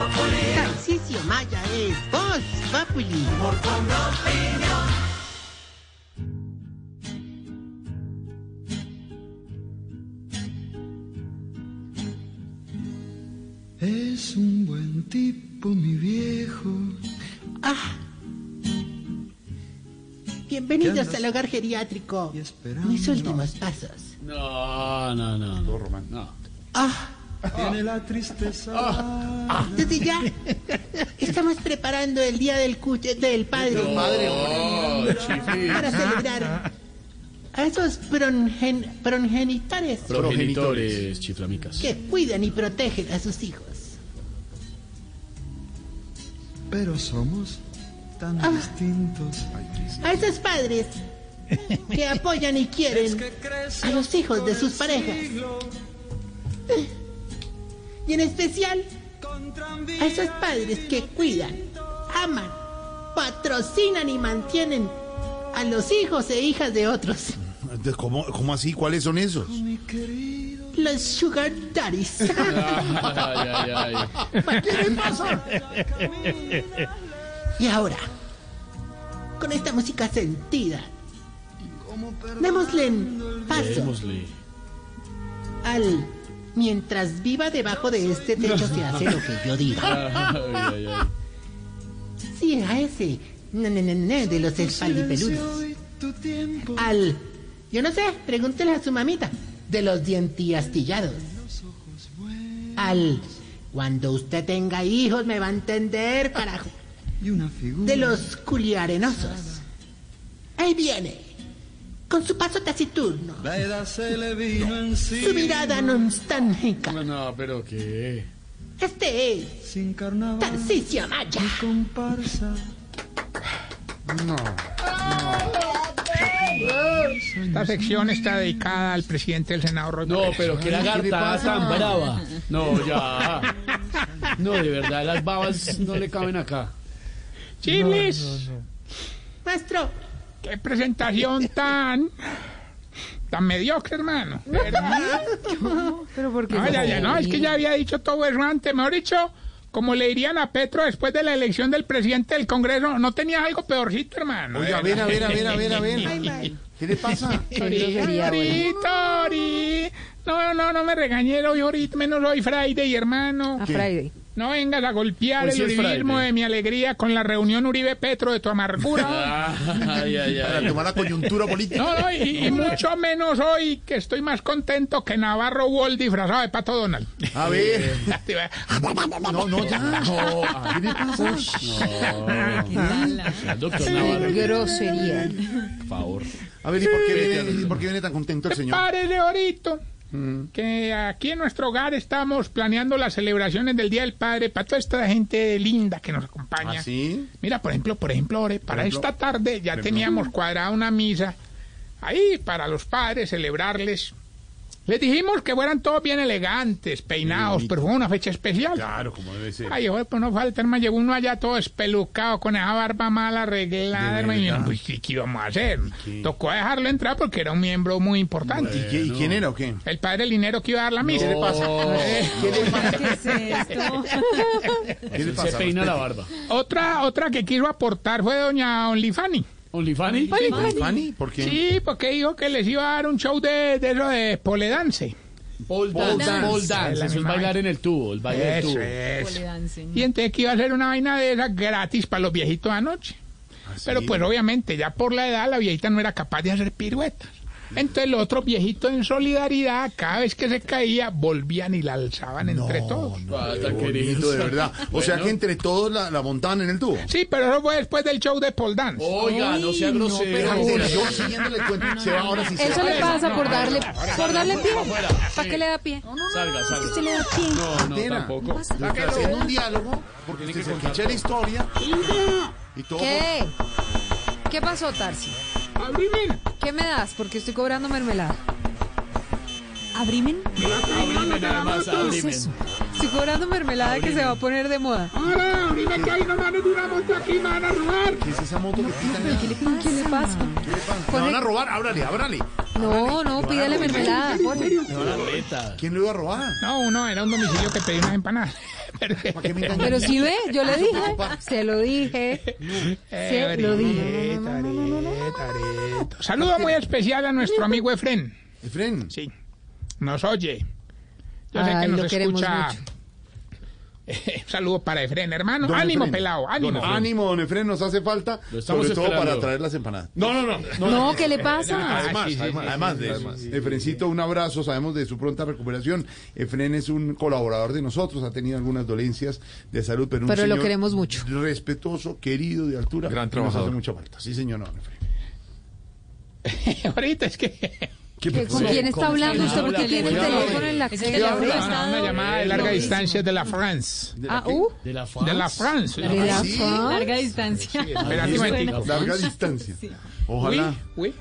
Tarcisio Maya es Voz Populi. Es un buen tipo, mi viejo. Ah. Bienvenidos al hogar geriátrico. Y esperando. Mis últimos pasos. No, no, no. No, No. Ah, Tiene la tristeza. entonces ya estamos preparando el día del cuche, del padre Oh, para chifis. celebrar a esos prongen- progenitores Progenitores chiflamicas. que cuidan y protegen a sus hijos. Pero somos tan Ah. distintos. A esos padres que apoyan y quieren a los hijos de sus parejas. Y en especial a esos padres que cuidan, aman, patrocinan y mantienen a los hijos e hijas de otros. Entonces, ¿Cómo, cómo así? ¿Cuáles son esos? Los sugar daddies. Ay, ay, ay. Y ahora, con esta música sentida, démosle paso Démosle. al mientras viva debajo de este techo se hace lo que yo diga. Ay, ay, ay. Sí, a ese na, na, na, na, de los Pues espalipeludos. Hoy tu tiempo. Al, yo no sé, pregúntele a su mamita, de los dientiastillados. Al, cuando usted tenga hijos me va a entender, carajo. Y una figura. de los culiarenosos. Ahí viene, con su paso taciturno, La edad se le vino su encima. mirada nostálgica. No, no, pero qué. Este es Sin carnaval. Tarcisio Maya. Comparsa. Esta sección está dedicada al presidente del Senado, Roy No, Pérez. pero qué lagarta tan brava. No, ya. No, de verdad, las babas no le caben acá. Chilis, Maestro, qué presentación tan... Tan mediocre, hermano. De verdad. Pero porque No, ya, ya, no, es que ya había dicho todo eso antes. Mejor dicho, como le dirían a Petro después de la elección del presidente del Congreso, no tenía algo peorcito, hermano. Oiga, a ver, a ver, a ver, a ver, a ver. ¿Qué le pasa? Brujería, abuela. Ahorita, ahorita. No, no, no me regañé hoy, ahorita, menos hoy Friday, hermano. Ah, A Friday. No vengas a golpear Hoy sí el es uribismo Friday. de mi alegría con la reunión Uribe Petro de tu amargura. Ah, Ay, ay, Para ay. tomar la coyuntura política. No, no, y, y mucho menos hoy que estoy más contento que Navarro Wall disfrazado de Pato Donald. A ver. No, no, ya. No. ¿Qué le pasa? El doctor Navarro, Grosería. por favor. A ver, ¿y por qué viene, y por qué viene tan contento el señor? Párele ahorita. Que aquí en nuestro hogar estamos planeando las celebraciones del Día del Padre para toda esta gente linda que nos acompaña. ¿Así? Mira, por ejemplo, por ejemplo, Ore, para ejemplo, esta tarde ya teníamos cuadrada una misa ahí para los padres celebrarles. Les dijimos que fueran todos bien elegantes, peinados, pero fue una fecha especial. Claro, como debe ser. Ay, joder, pues no falta, hermano. Llegó uno allá todo espelucado, con esa barba mal arreglada, De hermano. Y verdad. yo, pues, ¿qué qué íbamos a hacer? qué? Tocó dejarlo entrar porque era un miembro muy importante. ¿Y, qué- y quién era o qué? El padre Linero que iba a dar la misa. ¿Qué le pasa? oh, ¿Qué Eh, le pasa? ¿Qué es esto? ¿Qué le Se pasa? peina la barba. Otra, otra que quiso aportar fue doña Onlifani. ¿Olifani? ¿Fanny? ¿Por qué? Sí, porque dijo que les iba a dar un show de, de eso de poledance. Pole Pole dance. dance. Pole dance. Eso es bailar en el tubo. El baile del tubo. Eso es. Y entonces que iba a ser una vaina de esas gratis para los viejitos anoche. ¿Así? Pero pues obviamente ya por la edad la viejita no era capaz de hacer piruetas. Entonces los otros viejitos en solidaridad, cada vez que se caía, volvían y la alzaban entre todos. Ah, Qué tan bonito, de verdad. O sea que entre todos la, la montaban en el tubo. Sí, pero eso fue después del show de Paul Dance. Oiga, no sea Uy, no, grosero. pero- Uy, yo siguiéndole el cuento, se va ahora sí se Eso va. le pasa por darle, por darle pie. Fuera, ¿Para sí. qué le da pie? Salga, Es que salga. usted le da pie. No, no, Tena. tampoco. Está haciendo un diálogo porque usted se escucha la historia y todo. ¿Qué? ¿Qué pasó, Tarsi? Abrime. ¿Qué me das? Porque estoy cobrando mermelada. ¿Abrimen? Abrime nada más, ¿Qué es abrime. eso? Estoy cobrando mermelada que se va a poner de moda. Ahora, abrime que ahí nomás nos duramos aquí, me van a robar. ¿Qué es esa moto que quitan? ¿Qué le pasa? ¿Me van a Pone- robar? Ábrale, ábrale. No, no, pídale mermelada. Jorge. ¿Quién lo iba a robar? No, uno era un domicilio que pedía unas empanadas. Pero, ¿Para qué me engañan? Pero si ve, yo le dije, se lo dije, se lo dije. Areto, areto, areto. Saludo muy especial a nuestro amigo Efren. Efren, Sí. Nos oye. Yo sé Ay, que nos lo queremos escucha. mucho. Un saludo para Efren, hermano. Don ánimo, Efren. pelado, ánimo. ánimo, don Efren, nos hace falta, Lo estamos sobre todo esperando. para traer las empanadas. No, no, no. No, ¿qué le pasa? Además, sí, sí, además, sí, además de eso. Efrencito, un abrazo, sabemos de su pronta recuperación. Efren es un colaborador de nosotros, ha tenido algunas dolencias de salud, pero, un Pero lo señor queremos mucho. Respetuoso, querido, de altura. Gran que Nos hace trabajador. mucha falta. Sí, señor, don Efren. Ahorita es que. ¿Qué- eh, ¿Con quién está hablando usted? ¿Por qué tiene el teléfono en la cara? Una llamada de larga distancia de la France. Ah, uh, De la De la France. de la sí. fa- Larga distancia. Espera un momentico. Larga distancia. Ojalá. Uy, uy.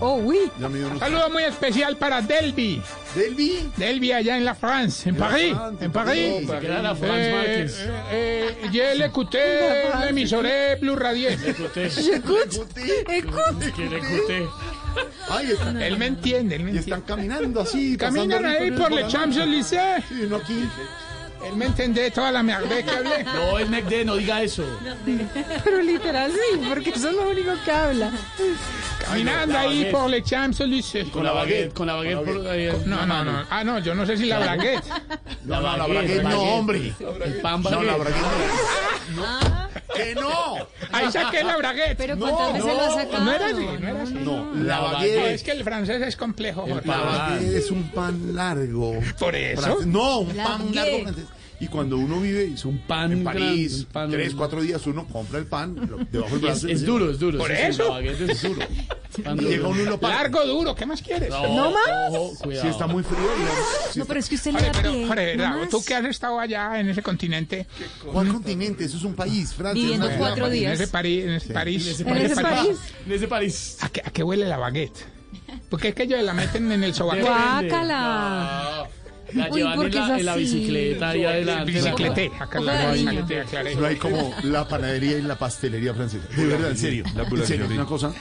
Oh, uy. Ya me dio unos- Saludo muy especial para Delby. Delvi. Delby allá en la France, en París. France, En París. París. Era la France Eh, Márquez. eh, eh, je l'écoutais, l'émissoré Blue Radio. Que le guste. Ahí está. Él me entiende, él me Y entiende. están caminando así. pasando Caminan ahí ricos por le la Champs-Élysées. noche. Y uno aquí. Él me entiende toda la mierda que hablé. No, el McDe, no diga eso. Pero literal sí, porque eso es lo único que habla. Caminando ahí por le Champs-Élysées. Con la baguette, con la baguette por ahí. No, no, no. Ah, no, yo no sé si la blaguette. La No, la verdad que baguette, no, baguette. hombre. El pan No, la baguette. verdad que no. ¡Que Ahí saqué la braguette. Pero ¿cuántas veces lo ha sacado? No era así, no era así. no! No, la No, es baguette. que el francés es complejo, Jorge. La baguette es un pan largo. Por eso. Francés. No, un La pan largo baguette. francés. Y cuando uno vive es un pan en grande, París, un pan- tres, cuatro días uno compra el pan lo- debajo del Es, brazo. es duro, es duro. Por sí, sí, eso. la baguette es duro. Pan Y llega duro. uno y lo para. Largo, duro, ¿qué más quieres? No más. Si está muy frío. ya- si No, pero es que usted le Jorge, da pero, pie. Jorge, ¿verdad? no más. Tú que has estado allá en ese continente, está- ¿Cuál continente? Eso es un país, Francia. Viviendo es una- cuatro en días. ese París, en ese París, En ese país. En ese París. ¿A qué, a qué huele la baguette? Porque es que ellos la meten en el sobaco. Guácala. La Uy, llevan en porque es la, en la así. bicicleta ahí adelante. Bicicletea, acá Ojalá la de niño. bicicletea, claro. No hay como la panadería y la pastelería francesa. De verdad, en serio. En serio, una cosa.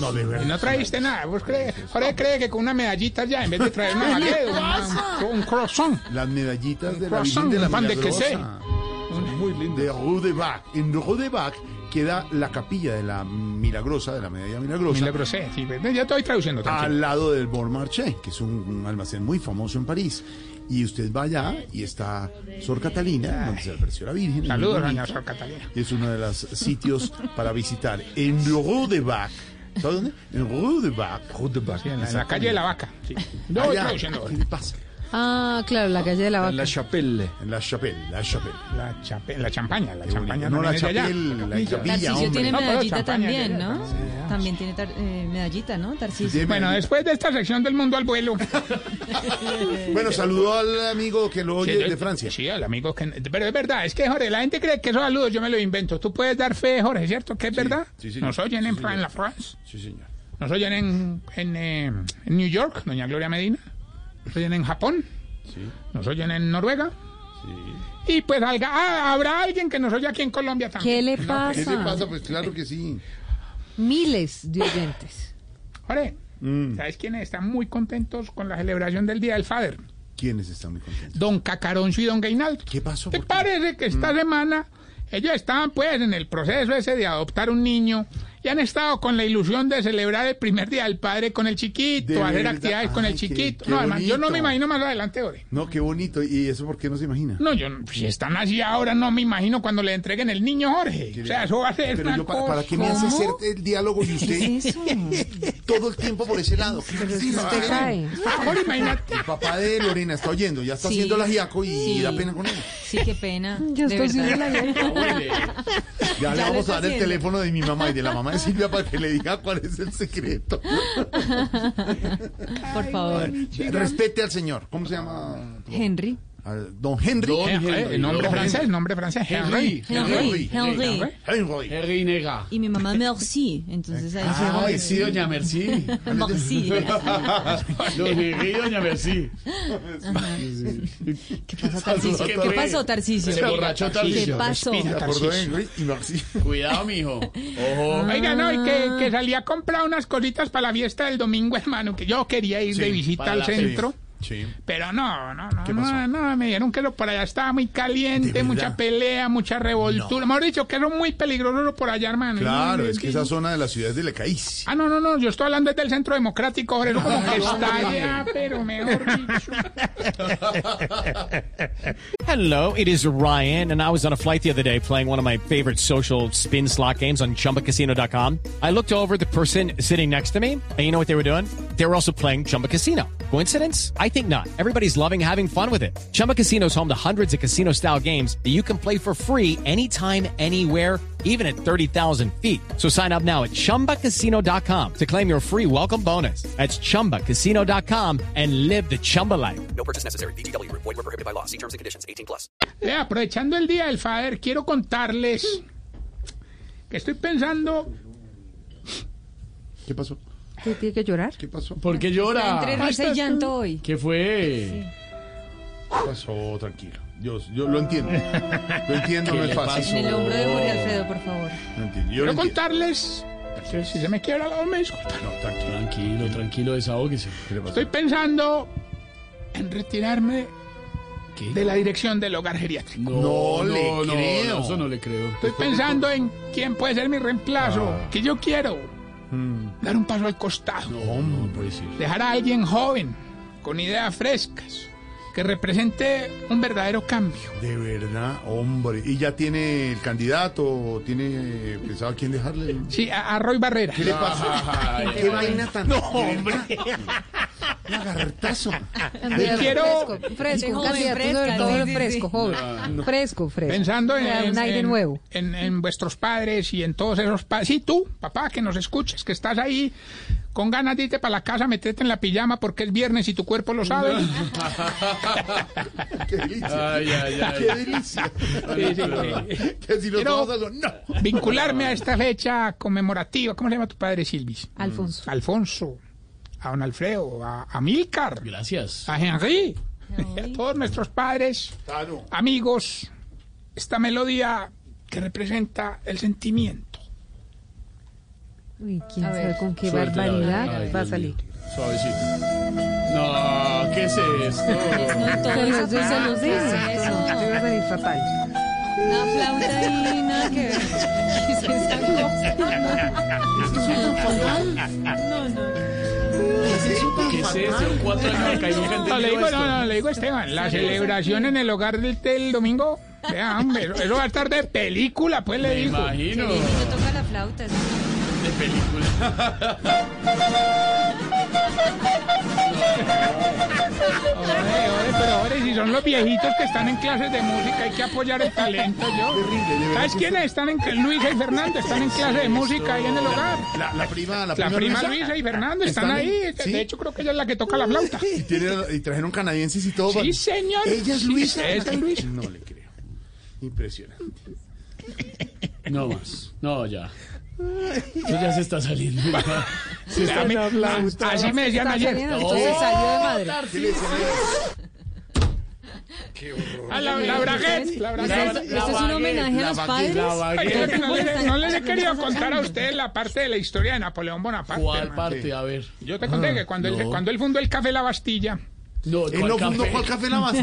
No, de Y verdad. no traíste nada. ¿Vos crees? Ah. Jorge cree que con una medallita ya, en vez de traer una baguette, una- un, un croissant. Las medallitas de la Croissant, Virgen de la pan de Milagrosa. quesé. Son Muy lindas. De Rue de Bac. En Rue de Bac queda la capilla de la Milagrosa, de la medalla Milagrosa. Milagrosé, sí, ¿verdad? ya estoy traduciendo. tranquilo. al lado del Bon Marché, que es un almacén muy famoso en París. Y usted va allá y está Sor Catalina, donde se apareció la Virgen. Saludos, Muy doña bonito. Sor Catalina. Es uno de los sitios para visitar en Rue de Bac. ¿Sabe dónde? En Rue de Bac. Rue de Bac. Sí, en la, en la calle de la vaca. Sí. No, estoy traduciendo. ¿Qué le pasa? Ah, claro, la calle de la vaca. Chapelle. En la Chapelle, la Chapelle. La, chape- la champaña, la Qué champaña bonito. no la viene de allá. Chapelle, la capilla, Tarcisio hombre. tiene No, pero medallita champaña, también, ya, ¿no? También tiene tar- eh, medallita, ¿no? Tarcisio. Deme- Bueno, después de esta sección del mundo al vuelo. Bueno, saludó al amigo que lo oye de Francia. Sí, al amigo que. Pero es verdad, es que Jorge, la gente cree que esos saludos yo me los invento. Tú puedes dar fe, Jorge, ¿cierto? Que es verdad. sí, señor. Nos oyen Sí, en, señor. Fran- en la France. Sí, señor. Nos oyen en, en, eh, en New York, doña Gloria Medina. Nos oyen en Japón. Nos oyen en Noruega. Y pues alga- ah, habrá alguien que nos oye aquí en Colombia también. ¿Qué le ¿Qué te pasa? pasa? Pues claro que sí. Miles de oyentes. Jorge, Mm. ¿sabes quiénes están muy contentos con la celebración del Día del Father? ¿Quiénes están muy contentos? Don Cacaroncio y Don Gainaldo. ¿Qué Mm. pasó? ¿Te ¿Por qué? parece que esta semana ellos estaban pues en el proceso ese de adoptar un niño y han estado con la ilusión de celebrar el primer día del padre con el chiquito, De hacer verdad. actividades con Ay, el qué- chiquito. qué no, además, yo no bonito. me imagino más adelante, Ore. No, qué bonito. ¿Y eso por qué no se imagina? No, yo, no- si están así ahora, no me imagino cuando le entreguen el niño Jorge. O sea, eso va a ser Pero una yo, ¿para, cosa. para qué me hace hacer el diálogo y usted ¿Qué es eso? todo el tiempo por ese lado? Sí, Usted sabe. Ah, Jorge, imagínate. El papá de Lorena está oyendo, ya está Sí. haciendo la giaco y Sí. da pena con él. Sí, qué pena. Yo de estoy verdad. sin la Ya, le Ya lo vamos a está dar el haciendo. teléfono de mi mamá y de la mamá de Silvia para que le diga cuál es el secreto. Por favor. Respete al señor. ¿Cómo se llama? Henry. A ver, Don Henry. Don Eh, eh, nombre Henry. francés, nombre francés. Henry. Henry. Henry. Henry. Henry. Henry. Henry Nega. Y mi mamá Merci. Entonces ahí Ah, Ay, sí, doña Merci. Merci. Don Henry y doña Merci. ¿Qué pasó, Saludos Tarcicio? a todos. Se ¿Qué pasó, Tarcicio? borrachó ¿Qué Tarcicio. pasó? Se acordó de Henry y Maxi. Cuidado, mijo. Ojo. Oiga, no, y que, que salí a comprar unas cositas para la fiesta del domingo, hermano, que yo quería ir Sí, de visita para al la centro. Sí. Pero no, no, no, ¿Qué pasó? no, no, me dijeron que lo por allá estaba muy ¿De caliente, verdad? mucha pelea, mucha revoltura. Mejor dicho, que era muy peligroso lo por allá, hermano. Claro, es que esas esa zona de la ciudad es de la caíz. Ah, no, no, no, yo estoy hablando desde el Centro Democrático, ahora eso como que está allá, pero mejor dicho. Hello, it is Ryan, and I was on a flight the other day playing one of my favorite social spin slot games on chumbacasino.com. I looked over at the person sitting next to me, and you know what they were doing? They were also playing Chumba Casino. Coincidence? I think not. Everybody's loving having fun with it. Chumba Casino is home to hundreds of casino style games that you can play for free anytime, anywhere, even at 30,000 feet. So sign up now at chumbacasino.com to claim your free welcome bonus. That's chumbacasino.com and live the Chumba life. Eh, aprovechando el día del Fader, quiero contarles que estoy pensando ¿Qué pasó? ¿Usted tiene que llorar? ¿Qué pasó? ¿Por qué Entre llora? risa y llanto hoy. ¿Qué fue? ¿Qué pasó? Tranquilo. Yo, yo lo entiendo. Lo entiendo, no es le fácil. En el hombro de Jorge Alfredo, por favor. No entiendo. Yo lo Quiero entiendo. contarles que si se me quiebra la voz me disculpan. No, tranquilo. Tranquilo, tranquilo, desahóguese. ¿Qué le pasó? Estoy pensando en retirarme ¿Qué? de la dirección del hogar geriátrico. No le creo. eso no le creo. Pues, Estoy pensando en quién puede ser mi reemplazo, que yo quiero dar un paso al costado, ¿Cómo puede ser? dejar a alguien joven, con ideas frescas, que represente un verdadero cambio. De verdad, hombre. ¿Y ya tiene el candidato? o ¿Tiene pensado a quién dejarle? Sí, a, a Roy Barrera. ¿Qué le pasa? ¿Qué vaina tan... No, hombre. Lagartazo. Candidato quiero- Fresco, fresco, un joven, candidato fresca, sobre todo sí, sí, fresco, sí. Mm. joven. Fresco, fresco. Pensando en, Le da en- un aire en- nuevo. en- en vuestros padres y en todos esos padres. Sí, tú, papá, que nos escuchas, que estás ahí con ganas de irte para la casa, meterte en la pijama porque es viernes y tu cuerpo lo sabe. Qué delicia. Ay, ay, ay. Qué delicia. Sí, sí, sí. Que si los Pero- vamos a lo- No. Vincularme a esta fecha conmemorativa. ¿Cómo se llama tu padre, Silvis? Alfonso. Alfonso, a don Alfredo, a, a Milcar, Gracias. a Henry, a todos nuestros padres, Claro. amigos, esta melodía que representa el sentimiento. Uy, quién A ver. sabe con qué Suéltela, a ver. barbaridad Ay, va a Dios salir. Suavecito. No, ¿qué es Es esto? no todo Se eso. los dice, se los dice. Ah, Se eso. los- se va a salir fatal. Una flauta y nada que ver. ¿Qué es esa cosa? No, no. ¿Qué es esto? Cuatro años acá y nunca No, le entendió digo, esto. no, no, le digo Esteban, la celebración en el hogar del, del domingo, vea, hombre, eso, eso va a estar de película, pues le Me digo. imagino. No toca la flauta. eso. De película. Ore, ore, pero ore, si son los viejitos que están en clases de música, hay que apoyar el talento, yo. Terrible, de verdad ¿Sabes que quiénes están en cl- Luisa y Fernando están en clase de música ahí en el hogar? La, la prima, la, La prima, prima Luisa y Fernando están, ¿Están ahí. ahí? De- Sí. De hecho, creo que ella es la que toca la flauta. Y, tiene- y trajeron canadienses y todo. Sí, señor. Ella es Sí, Luisa. esa es Luisa. No le creo. Impresionante. No más. No, ya. Eso ya se está saliendo. Se A mí- así me decían Está ayer. saliendo, entonces salió de madre. A la, la braguet. La braguet. Esto esto es un homenaje a los padres. Oye, no, no les- no les he querido contar a ustedes la parte de la historia de Napoleón Bonaparte. ¿Cuál Ah, hermano. parte? A ver. Yo te conté que cuando, él, no. cuando él fundó el Café La Bastilla, No, Él Eh, no fundó Juan Café Navas. No,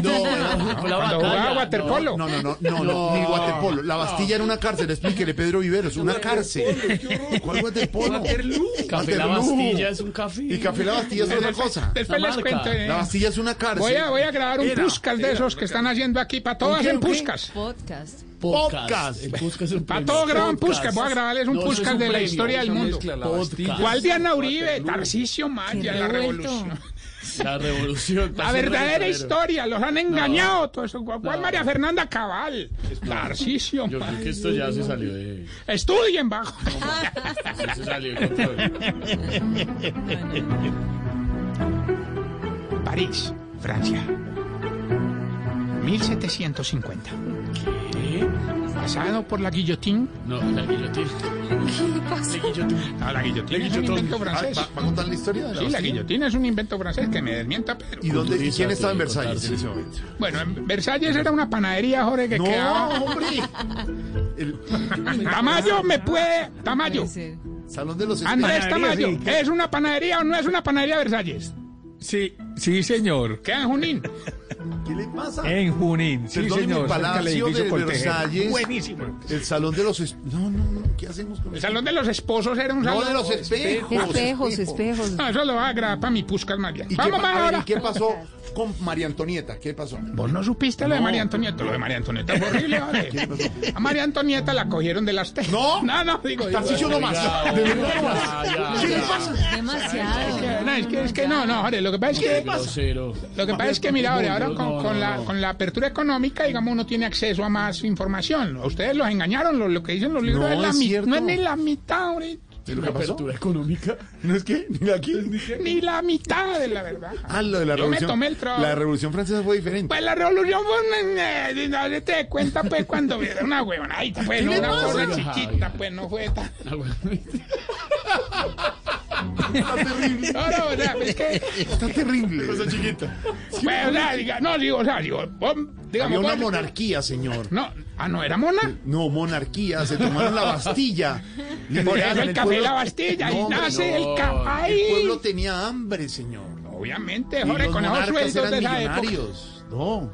no, fue la cuando jugaba batalla. waterpolo. No, no, no, no, no, ni waterpolo. La Bastilla era una cárcel, explíquele Pedro Viveros, una cárcel. ¿Cuál waterpolo? Waterloo. Café La Waterloo. Bastilla es un café. Y Café La Bastilla es otra cosa. Después La les marca. cuento. eh. La Bastilla es una cárcel. Voy a, voy a grabar un Era, puscas de era, esos que están haciendo aquí para todas ¿Un qué, en un qué? puscas. Podcast. Podcast. El podcast es un Para premio. todo graban Podcast. puscas. Voy a grabarles un No, eso es puscas de la premio. historia del Eso mundo. mezcla la Bastilla. ¿Cuál de Ana Uribe? Tarcisio Maya, Qué la revuelto. revolución. La revolución. La verdadera historia, los han engañado todo eso. ¿Cuál María Fernanda Cabal? Tarcisio Yo Maya. creo que esto ya se salió de. Estudien bajo. ya Se salió de control. París, Francia. 1750. Pasado por la guillotina. No, la guillotina. ¿Qué pasó? La guillotina. No, la guillotina es un guillotina. invento francés. ¿Va va a contar la historia de la Sí, la Bastilla? guillotina es un invento francés que me desmienta, pero. ¿Y dónde, y quién estaba en Utiliza, Versalles en sí, ese momento? Bueno, en Versalles era una panadería, Jorge, que No, quedaba. hombre. El Tamayo me puede. Tamayo. Sí. Salón de los Andrés Espejos. Tamayo, ¿es una panadería o no es una panadería Versalles? Sí, sí, señor. Queda en Junín. ¿Qué le pasa? En Junín, sí, Perdón, señor. el cerca del Palacio edificio de Coltejeda. Versalles. Buenísimo. El Salón de los Espejos. No, no, no. ¿Qué hacemos con El eso? salón de los esposos era un No, salón. de los espejos. Espejos, espejos. No, eso lo va a grabar para mi puscas, María. ¿Y qué, Vamos pa- más a ver, ¿y ahora. qué pasó con María Antonieta? ¿Qué pasó? Vos no supiste lo de María Antonieta. Lo de María Antonieta fue horrible, vale. A María Antonieta la cogieron de las tejas. No. No, no, digo. digo, Tarcicio no más. Oiga, De verdad no oiga, ya, ya, más. ¿Qué le ya. pasa? Demasiado. No, es que, es que no, no, Jorge, lo que pasa es que... Grosero. Lo que pasa es que, mira, ahora, ahora No, con, no, con no, la, no. con la apertura económica, digamos, uno tiene acceso a más información. A ustedes los engañaron, lo, lo que dicen los libros No, es la es mi- cierto. No es ni la mitad, hombre, ¿Es lo que pasó? Apertura económica. ¿No es que? ¿Ni aquí? ni la mitad de la verdad. Ah, lo de la Yo me revolución. tomé el trabajo. La revolución francesa fue diferente. Pues la revolución fue una... eh, no, no te das cuenta, pues, cuando era una huevonadita, pues, no, una cosa pasa? chiquita, pues, no fue tan... Ah, bueno. No, no, o sea, es que... Está terrible. pues, o sea, diga- no, digo, o sea, digo, vos, digamos... Había una vos- monarquía, señor. No, ah, no, era mona. No, monarquía. Se tomaron la Bastilla. Por eso Liberaron el café La Bastilla, No, y hombre, nace no. el café. El pueblo tenía hambre, señor. Obviamente, Y Jorge, los con esos monarcas sueldos eran de esa época. millonarios. No.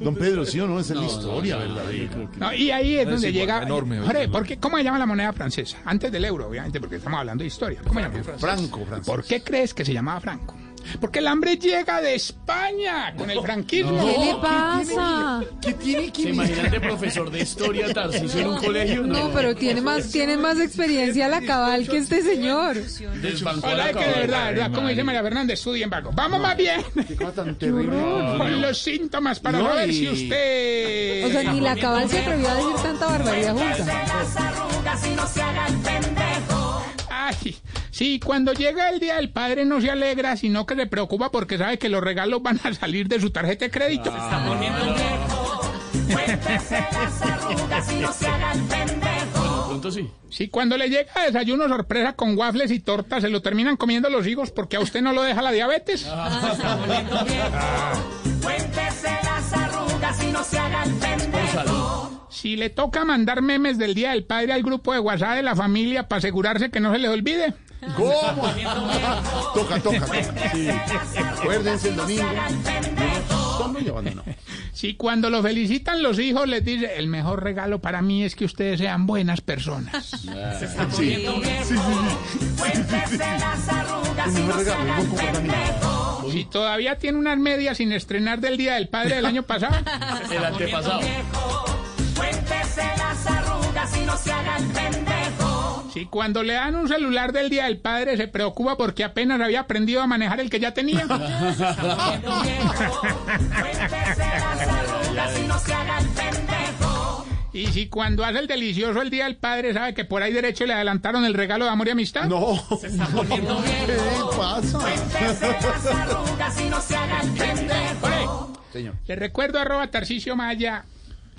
Don Pedro, sí o no, esa es la historia verdadera. No, y ahí es donde desigualdad llega. enorme, oiga, Jorge, ¿no? ¿por qué- ¿cómo se llama la moneda francesa? Antes del euro, obviamente, porque estamos hablando de historia. ¿Cómo se llama? Franco, Franco. ¿Por qué crees que se llamaba Franco? Porque el hambre llega de España con el franquismo. ¿Qué le pasa? ¿Qué tiene que ¿Te imaginas de profesor de historia Tarcisio en un colegio? No, pero tiene más, tiene más experiencia la cabal que este señor. Desbancó a Hola, la que de cabal. verdad, de verdad, como dice Ay, María Fernández, estudien, Paco. Vamos más bien Qué cosa tan terrible. con los síntomas para No, saber y- si usted. O sea, ni la cabal se atrevió a decir tanta barbaridad junta. Ay, sí, cuando llega el día del padre no se alegra, sino que se preocupa porque sabe que los regalos van a salir de su tarjeta de crédito. Ah. de pronto sí. Sí, cuando le llega desayuno sorpresa con waffles y tortas, se lo terminan comiendo los higos porque a usted no lo deja la diabetes. Ah. Si le toca mandar memes del día del padre al grupo de WhatsApp de la familia para asegurarse que no se les olvide. ¿Cómo? toca, toca, toca. Sí. Acuérdense el domingo. ¿Cuándo y abandonó? Si cuando lo felicitan los hijos les dice, el mejor regalo para mí es que ustedes sean buenas personas. Sí. Sí, sí, sí. Un regalo, un buen comportamiento. Si todavía tiene unas medias sin estrenar del día del padre del año pasado. El antepasado. Si cuando le dan un celular del día del padre se preocupa porque apenas había aprendido a manejar el que ya tenía. Y si cuando hace el delicioso el día del padre sabe que por ahí derecho le adelantaron el regalo de amor y amistad. No. no. ¿Qué pasa? Hombre, Señor. le recuerdo arroba Tarcicio Maya.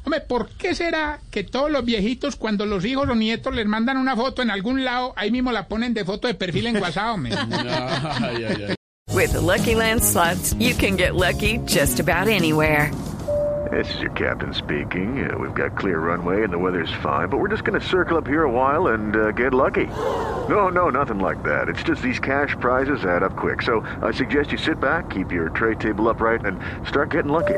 Hombre, ¿por qué será que todos los viejitos cuando los hijos o nietos les mandan una foto en algún lado, ahí mismo la ponen de foto de perfil en WhatsApp, hombre? Ay, ay, ay. With the Lucky Land slots, you can get lucky just about anywhere. This is your captain speaking. Uh, we've got clear runway and the weather's fine, but we're just going to circle up here a while and uh, get lucky. No, no, nothing like that. It's just these cash prizes add up quick. So I suggest you sit back, keep your tray table upright, and start getting lucky.